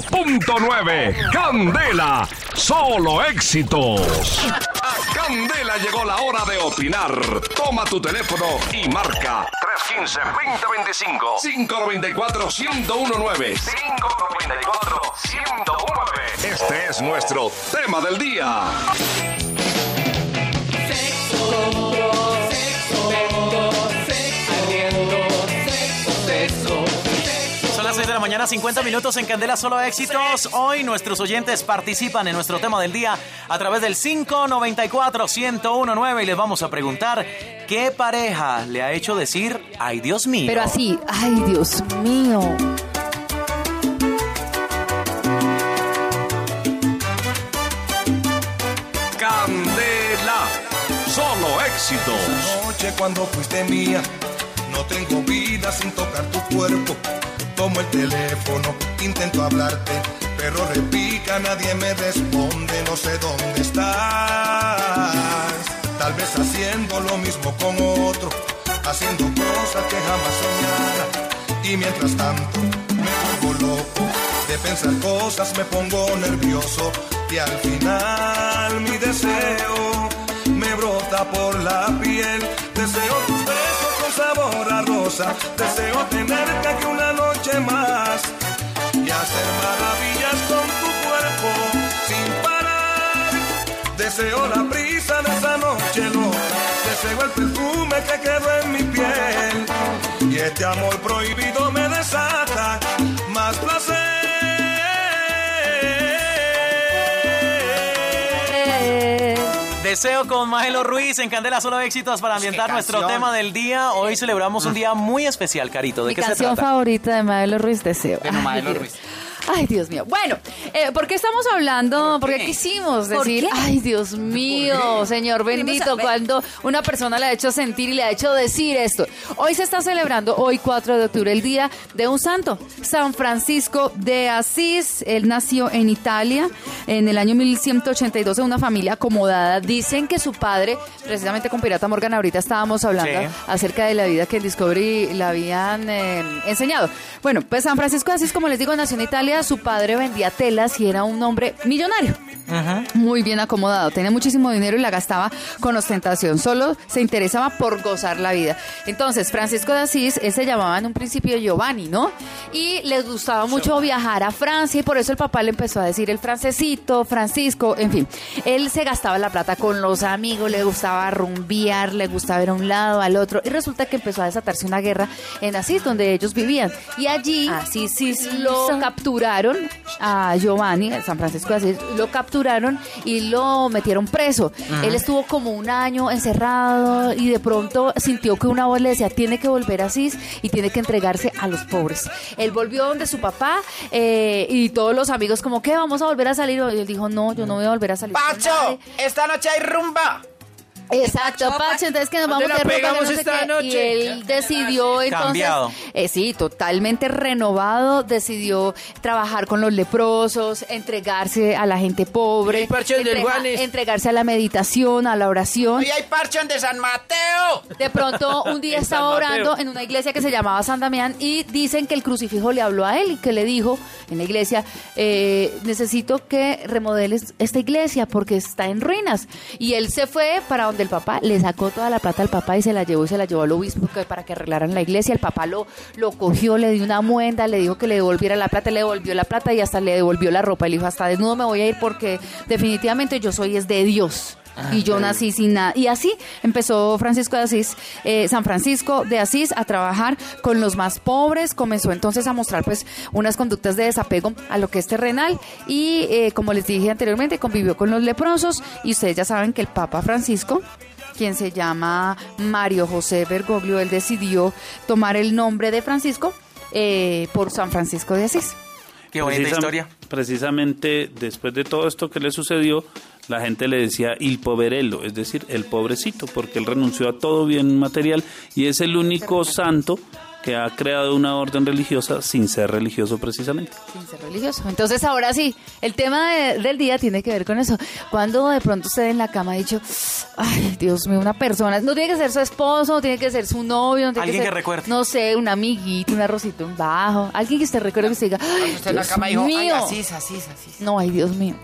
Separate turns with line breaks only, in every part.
101.9. Candela, solo éxitos. A Candela llegó la hora de opinar. Toma tu teléfono y marca 315-2025. 594-1019. 594-1019. Este es nuestro tema del día.
Son las 6 de la mañana, 50 minutos en Candela Solo Éxitos. Hoy nuestros oyentes participan en nuestro tema del día a través del 594-1019 y les vamos a preguntar qué pareja le ha hecho decir, ay Dios mío.
Pero así, ay Dios mío.
Candela, solo éxitos.
noche cuando fuiste mía. No tengo vida sin tocar tu cuerpo. Tomo el teléfono, intento hablarte, pero repica, nadie me responde, no sé dónde estás. Tal vez haciendo lo mismo con otro, haciendo cosas que jamás soñara. Y mientras tanto, me vuelvo loco. De pensar cosas me pongo nervioso y al final mi deseo me brota por la piel. Deseo tus besos con sabor a rosa. Deseo tenerte aquí una noche más y hacer maravillas con tu cuerpo sin parar. Deseo la brisa de esa noche loca. Deseo el perfume que quedó en mi piel. Y este amor prohibido me desata más placer.
Deseo con Maelo Ruiz en Candela Solo Éxitos para
Pues
ambientar nuestro
canción.
tema del día. Hoy celebramos un día muy especial, Carito. ¿De
Mm. Mi
qué
canción
se trata?
favorita de Maelo Ruiz, Deseo.
De Maelo
Ay, Dios.
Ruiz.
Ay, Dios mío. Bueno, eh, ¿por qué estamos hablando? Porque quisimos decir, ay, Dios mío, Señor bendito, cuando una persona le ha hecho sentir y le ha hecho decir esto. Hoy se está celebrando, hoy 4 de octubre, el día de un santo, San Francisco de Asís. Él nació en Italia en el año 1182 en una familia acomodada. Dicen que su padre, precisamente con Pirata Morgan, ahorita estábamos hablando
Sí.
acerca de la vida que en Discovery la habían eh, enseñado. Bueno, pues San Francisco de Asís, como les digo, nació en Italia, su padre vendía telas y era un hombre millonario. Muy bien acomodado, tenía muchísimo dinero y la gastaba con ostentación, solo se interesaba por gozar la vida. Entonces, Francisco de Asís, él se llamaba en un principio Giovanni, ¿no? Y les gustaba mucho viajar a Francia y por eso el papá le empezó a decir el francesito, Francisco, en fin. Él se gastaba la plata con los amigos, le gustaba rumbear, le gustaba ir a un lado, al otro, y resulta que empezó a desatarse una guerra en Asís, donde ellos vivían. Y allí
Así sí,
lo capturaron a Giovanni, el San Francisco de Asís, lo capturaron y lo metieron preso. Él estuvo como un año encerrado y de pronto sintió que una voz le decía, tiene que volver a Asís y tiene que entregarse a los pobres. Él volvió donde su papá eh, y todos los amigos como, ¿qué? ¿Vamos a volver a salir? Y él dijo, no, yo no voy a volver a salir. con nadie".
¡Pacho! ¡Esta noche hay rumba!
Exacto, Pacho, entonces que nos vamos
la
de rumba, que
pegamos
no sé
esta
qué.
noche?
Y él decidió entonces,
Cambiado.
eh, sí, totalmente renovado, decidió trabajar con los leprosos, entregarse a la gente pobre,
Y parches del Juanes.
entregarse a la meditación, a la oración.
¡Hoy hay parchón de San Mateo!
De pronto un día
En San
estaba orando
Mateo.
en una iglesia que se llamaba San Damián y dicen que el crucifijo le habló a él y que le dijo en la iglesia, eh, necesito que remodeles esta iglesia porque está en ruinas. Y él se fue para donde el papá, le sacó toda la plata al papá y se la llevó y se la llevó al obispo que- para que arreglaran la iglesia. El papá lo, lo cogió, le dio una muenda, le dijo que le devolviera la plata, le devolvió la plata y hasta le devolvió la ropa. Él dijo, hasta desnudo me voy a ir porque definitivamente yo soy es de Dios. Y yo nací sin nada. Y así empezó Francisco de Asís, eh, San Francisco de Asís, a trabajar con los más pobres. Comenzó entonces a mostrar pues unas conductas de desapego a lo que es terrenal. Y eh, como les dije anteriormente, convivió con los leprosos. Y ustedes ya saben que el Papa Francisco quien se llama Mario José Bergoglio, él decidió tomar el nombre de Francisco eh, por San Francisco de Asís.
Qué bonita
Precisam-
historia.
Precisamente después de todo esto que le sucedió, la gente le decía il poverello, es decir, el pobrecito, porque él renunció a todo bien material y es el único santo que ha creado una orden religiosa sin ser religioso precisamente.
Sin ser religioso. Entonces, ahora sí, el tema de- del día tiene que ver con eso. Cuando de pronto usted en la cama ha dicho, ay, Dios mío, una persona, no tiene que ser su esposo, no tiene que ser su novio, no tiene
Alguien que
ser,
recuerde.
No sé, un amiguito, un arrocito en bajo, alguien que usted recuerde que usted diga, ay,
Usted en la
Dios
cama dijo, ay,
mío.
así, es, así, es, así. es.
No, ay, Dios mío.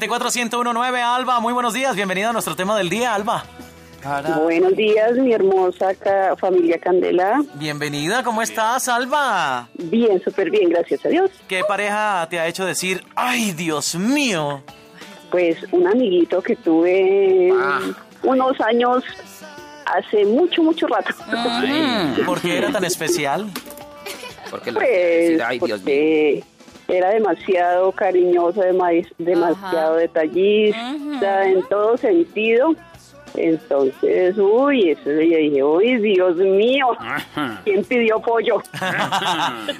594-1019, Alba, muy buenos días, bienvenida a nuestro tema del día, Alba.
Ah.
Buenos días, mi hermosa ca- familia Candela.
Bienvenida, ¿cómo estás, Alba?
Bien, súper bien, gracias a Dios.
¿Qué pareja te ha hecho decir, ay, Dios mío?
Pues un amiguito que tuve
Ah.
unos años hace mucho, mucho rato.
¿Por qué era tan especial?
Porque la-
Pues
ay, Dios mío.
porque era demasiado cariñoso, dema- demasiado detallista, en todo sentido. Entonces, uy, eso yo dije, uy, Dios mío, ¿quién pidió pollo?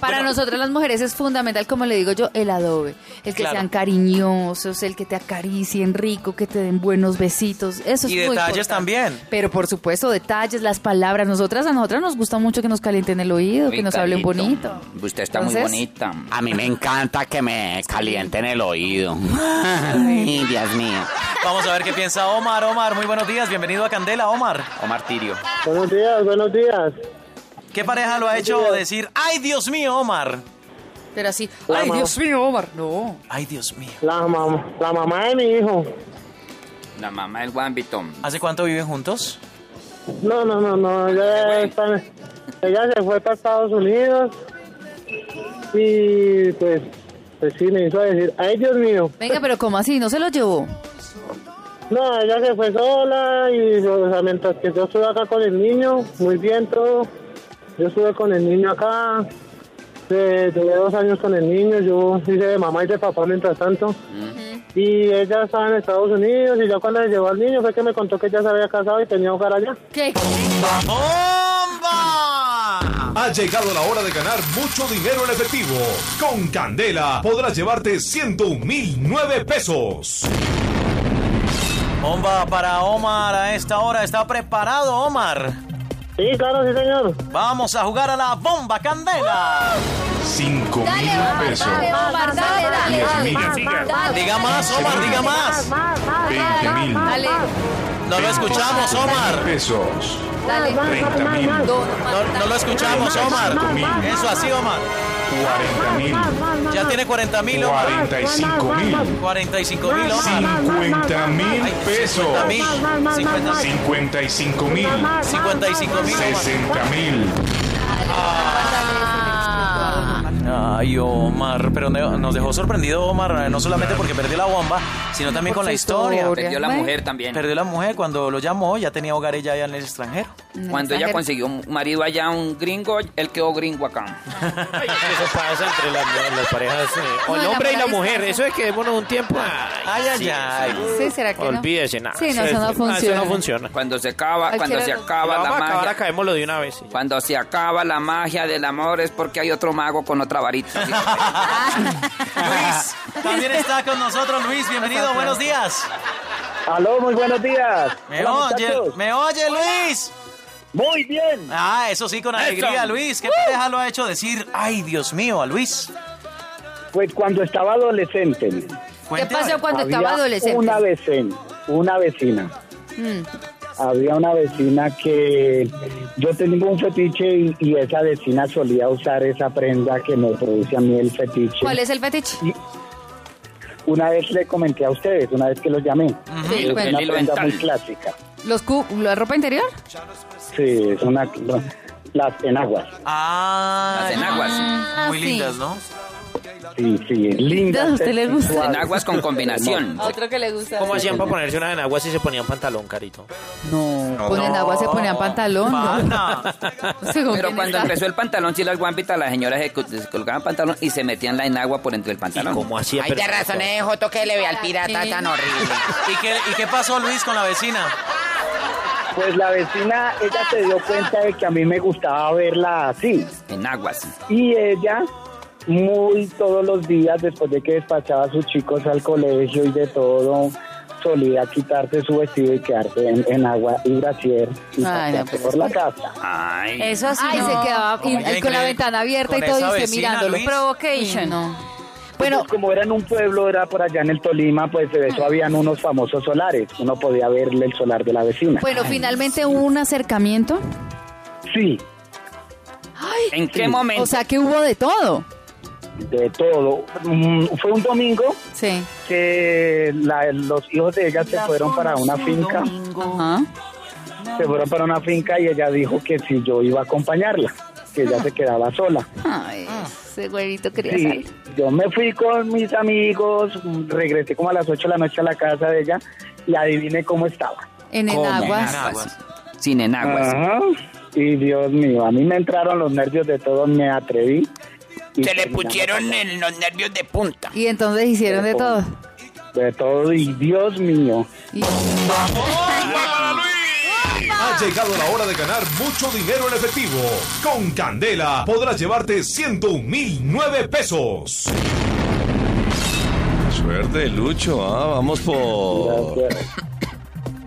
Para nosotras las mujeres es fundamental, como le digo yo, el adobe. El que
Claro.
sean cariñosos, el que te acaricien rico, que te den buenos besitos. Eso
Y
es muy
detalles
importante.
también.
Pero por supuesto, detalles, las palabras. Nosotras, a nosotras nos gusta mucho que nos calienten el oído, que nos hablen
Ricardito,
bonito.
Usted está
Entonces,
muy bonita. A mí me encanta que me calienten el oído. Ay, Dios mío.
Vamos a ver qué piensa Omar. Omar, muy buenos días, bienvenido a Candela, Omar.
O martirio.
Buenos días, buenos días.
¿Qué pareja lo ha hecho decir, ay, Dios mío, Omar?
Pero así, ay Dios mío, Omar, no.
Ay, Dios mío.
La, mam- la mamá de mi hijo.
La mamá del Wambitón.
¿Hace cuánto viven juntos?
No, no, no, no. Ella, está- ella se fue para Estados Unidos y pues, pues sí, me hizo decir, ay Dios mío.
Venga, pero ¿cómo así? ¿No se lo llevó?
No, ella se fue sola y o sea, mientras que yo estuve acá con el niño, muy bien todo. Yo estuve con el niño acá, eh, tuve dos años con el niño, yo hice de mamá y de papá mientras tanto. Y ella estaba en Estados Unidos y ya cuando le llevó al niño fue que me contó que ella se había casado y tenía hogar allá.
¿Qué?
¡Bomba!
Ha llegado la hora de ganar mucho dinero en efectivo. Con Candela podrás llevarte 101.009 pesos.
Bomba para Omar a esta hora. ¿Está preparado, Omar?
Sí, claro, sí señor.
Vamos a jugar a la bomba candela.
5.000
Dale, Omar,
pesos.
dale, Omar, dale, dale.
Dios
dale,
mío.
dale, dale.
Diga más, Omar, diga más.
ah,
20.000
Dale,
No lo escuchamos, Omar.
pesos.
dale.
30.000.
No,
No,
Omar,
no lo escuchamos, Omar. Eso así, Omar.
40.000.
Ya tiene 40 mil, Omar.
45.000.
45 mil, Omar.
50.000 pesos.
50 mil. 50 mil.
55.000.
55 mil,
60.000.
Omar. Ay, Omar. Pero ne- nos dejó sorprendido, Omar. eh, No solamente porque perdió la bomba, sino también con la historia.
Perdió la
Bueno.
mujer también.
Perdió la mujer cuando lo llamó, ya tenía hogar ella allá en el extranjero.
Cuando ella consiguió un marido allá, un gringo, él quedó gringo acá.
Eso pasa entre las, las parejas, eh, o
No,
el
la
hombre y la
moralista.
mujer. Eso es que démonos un tiempo. Ay,
Ay, ay, ay.
Sí, será que no.
olvídese, nada.
Sí, no,
Ah,
eso no
Eso
funciona.
no funciona.
Cuando se acaba, Ah, cuando
Cualquiera
se
de-
acaba
Lo
la
vamos a acabar,
magia.
acabémoslo de una vez. y ya.
Cuando se acaba la magia del amor es porque hay otro mago con otra varita.
Luis, también está con nosotros Luis, bienvenido, buenos días.
Aló, muy buenos días.
¿Me
Hola,
oye,
muchachos.
¿Me oye Luis?
Muy bien.
Ah, eso sí, con alegría, Luis. ¿Qué pareja lo ha hecho decir, ay, Dios mío, a Luis?
Pues cuando estaba adolescente,
¿Qué
Cuénteme.
pasó cuando
había
estaba adolescente?
una vecina, una vecina.
Mm,
Había una vecina que yo tengo un fetiche y, y esa vecina solía usar esa prenda que me produce a mí el fetiche.
¿Cuál es el fetiche?
Una vez le comenté a ustedes, una vez que los llamé,
Sí,
es
El
una
bueno.
hilo
prenda
dental.
muy clásica.
¿Los cu- ¿La ropa interior?
Sí, es una las enaguas.
Ah,
Las enaguas.
Ah,
Muy
sí.
lindas, ¿no?
Sí, sí, linda.
¿A usted le gusta?
En aguas con combinación.
Otro que le gusta.
¿Cómo hacían para ponerse una en agua si se ponían pantalón, carito?
No, ponen agua, se ponían pantalón. ¿no?
Pana.
No sé con
Pero
quién
cuando
está.
empezó el pantalón, sí, las guambitas, las señoras se co- se colgaban pantalón y se metían la enagua por entre el pantalón.
¿Cómo hacía?
Ay, de razón, eh, Joto, que le ve al pirata
Sí.
tan horrible.
¿Y qué, ¿Y qué pasó Luis con la vecina?
Pues la vecina, ella se dio cuenta de que a mí me gustaba verla así.
Enaguas.
Y ella, muy todos los días, después de que despachaba a sus chicos al colegio y de todo,
solía quitarse su vestido y quedarse en, en agua y brasier
Ay, no,
y pasearse
pues,
por la casa.
Eso así. Ay,
no.
se quedaba y-
Como ya
con la
increíble.
ventana abierta
Con
y todo
esa
y usted
vecina,
mirándolo.
Luis.
Provocation. No.
Bueno, Pues, como era en un pueblo, era por allá en el Tolima, pues de eso habían unos famosos solares. Uno podía verle el solar de la vecina.
Bueno, finalmente hubo un acercamiento.
Sí,
¿En
qué momento?
O sea, que hubo de todo.
de todo. Mm, Fue un domingo
Sí.
que la- los hijos de ella se fueron para una finca.
Ajá.
Se fueron para una finca y ella dijo que si yo iba a acompañarla, que ella
Ah,
se quedaba sola.
Ay, ese huevito quería
Sí,
salir.
yo me fui con mis amigos, mm, regresé como a las 8 de la noche a la casa de ella y adivine cómo estaba.
En el
Como
agua.
en aguas.
Sin enaguas.
Ajá. Y Dios mío, a mí me entraron los nervios de todo, me atreví. y pues,
Se le
terminamos
pusieron en los nervios de punta.
Y entonces hicieron de todo.
De todo, y Dios mío.
Ha llegado la hora de ganar mucho dinero en efectivo. Con Candela podrás llevarte 101.009 pesos.
Suerte, Lucho. Ah, vamos por.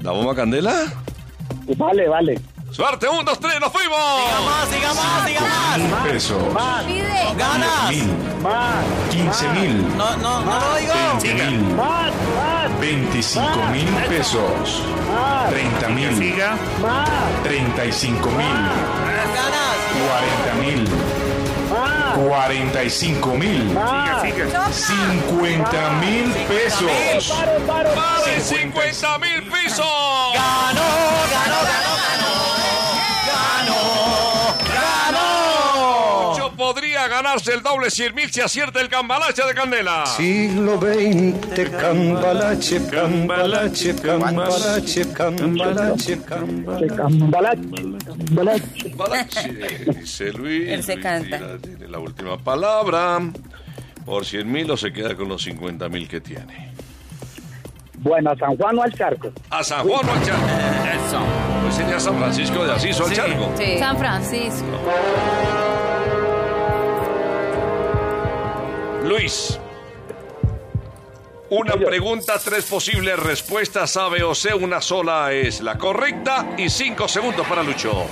¿La bomba candela?
Vale, vale.
Suerte, un, dos, tres, nos fuimos. Diga más, diga más, diga más. Pesos.
¡Ganas!
Mil. Quince mil.
No, no, no lo digo.
Veinte mil. Veinticinco mil pesos. Treinta mil. Treinta y cinco mil. Cuarenta mil. Cuarenta y cinco mil. Ah, Cincuenta mil pesos.
¡Vale 50 mil pisos! ¡Ganó, ganó, ganó, ganó! ¡Ganó! Yo podría ganarse el doble 100 mil si acierta el cambalache de Candela.
Siglo XX, cambalache, cambalache, cambalache, cambalache, cambalache.
Balache, dice Luis.
Él se
Luis
canta.
Díaz tiene la última palabra. Por 100 mil o se queda con los 50 mil que tiene.
Bueno, a San Juan o al charco.
A San Juan o al Charco. Eso. Hoy sería San Francisco de Asís o al Charco.
San Francisco.
Luis. Una pregunta, tres posibles respuestas, sabe o sé, una sola es la correcta y cinco segundos para Lucho.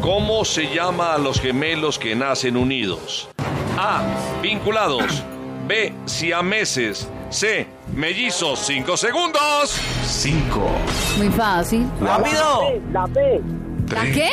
¿Cómo se llama a los gemelos que nacen unidos? A. Vinculados. B. Siameses. C. Mellizos. Cinco segundos. Cinco.
Muy fácil.
Rápido.
La P.
¿La qué?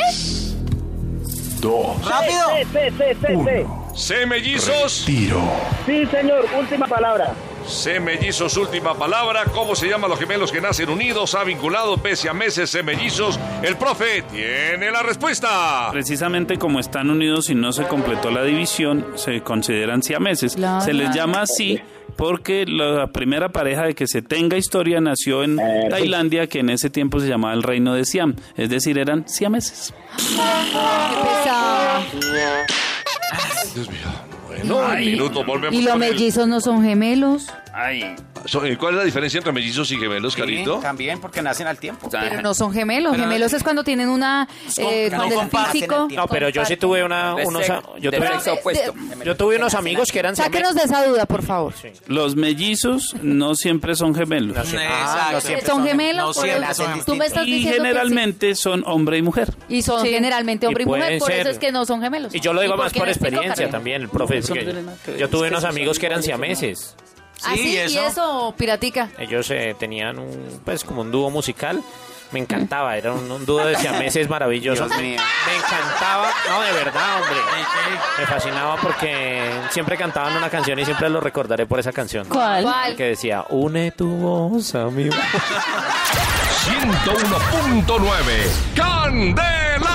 Dos.
¡Rápido!
Eh,
Sí, sí, sí, sí.
C. Mellizos. Tiro.
Sí, señor, última palabra.
Semellizos, última palabra. ¿Cómo se llaman los gemelos que nacen unidos? Ha vinculado pese a meses semellizos. El profe tiene la respuesta.
Precisamente como están unidos y no se completó la división, se consideran siameses.
Claro.
Se les llama así porque la primera pareja de que se tenga historia nació en Tailandia, que en ese tiempo se llamaba el Reino de Siam. Es decir, eran siameses.
Dios mío. Bueno,
Ay.
el minuto, volvemos.
Y los
con el-
mellizos no son gemelos.
So- eh, ¿Cuál es la diferencia entre mellizos y gemelos, Carito?
También porque nacen al tiempo.
Pero no son gemelos. Gemelos es cuando tienen una. eh, cuando el físico.
No, pero yo sí tuve una, unos, Ah, yo
de
tuve,
sexo opuesto.
yo tuve unos amigos que eran
Sáquenos de esa duda, por favor.
Los mellizos no siempre son gemelos.
Ah,
son gemelos.
No
por
siempre
eso-
son gemelos.
Tú me estás
Y
diciendo que sí.
generalmente son hombre y mujer.
Y son
Sí.
generalmente hombre y,
Y
mujer,
pueden
por eso
ser.
es que no son gemelos.
Y yo lo digo más
porque
por
no es
experiencia
psicocarne.
también, el profe. porque yo tuve unos amigos que eran siameses.
¿Ah, sí? ¿Y eso? piratica?
Ellos eh, tenían un, pues como un dúo musical. Me encantaba, era un, un dúo de siameses maravilloso.
Dios mío.
Me encantaba, no, de verdad, hombre. Me fascinaba porque siempre cantaban una canción y siempre lo recordaré por esa canción.
¿Cuál? ¿Cuál?
Que decía, une tu voz, amigo.
101.9 ¡Candela!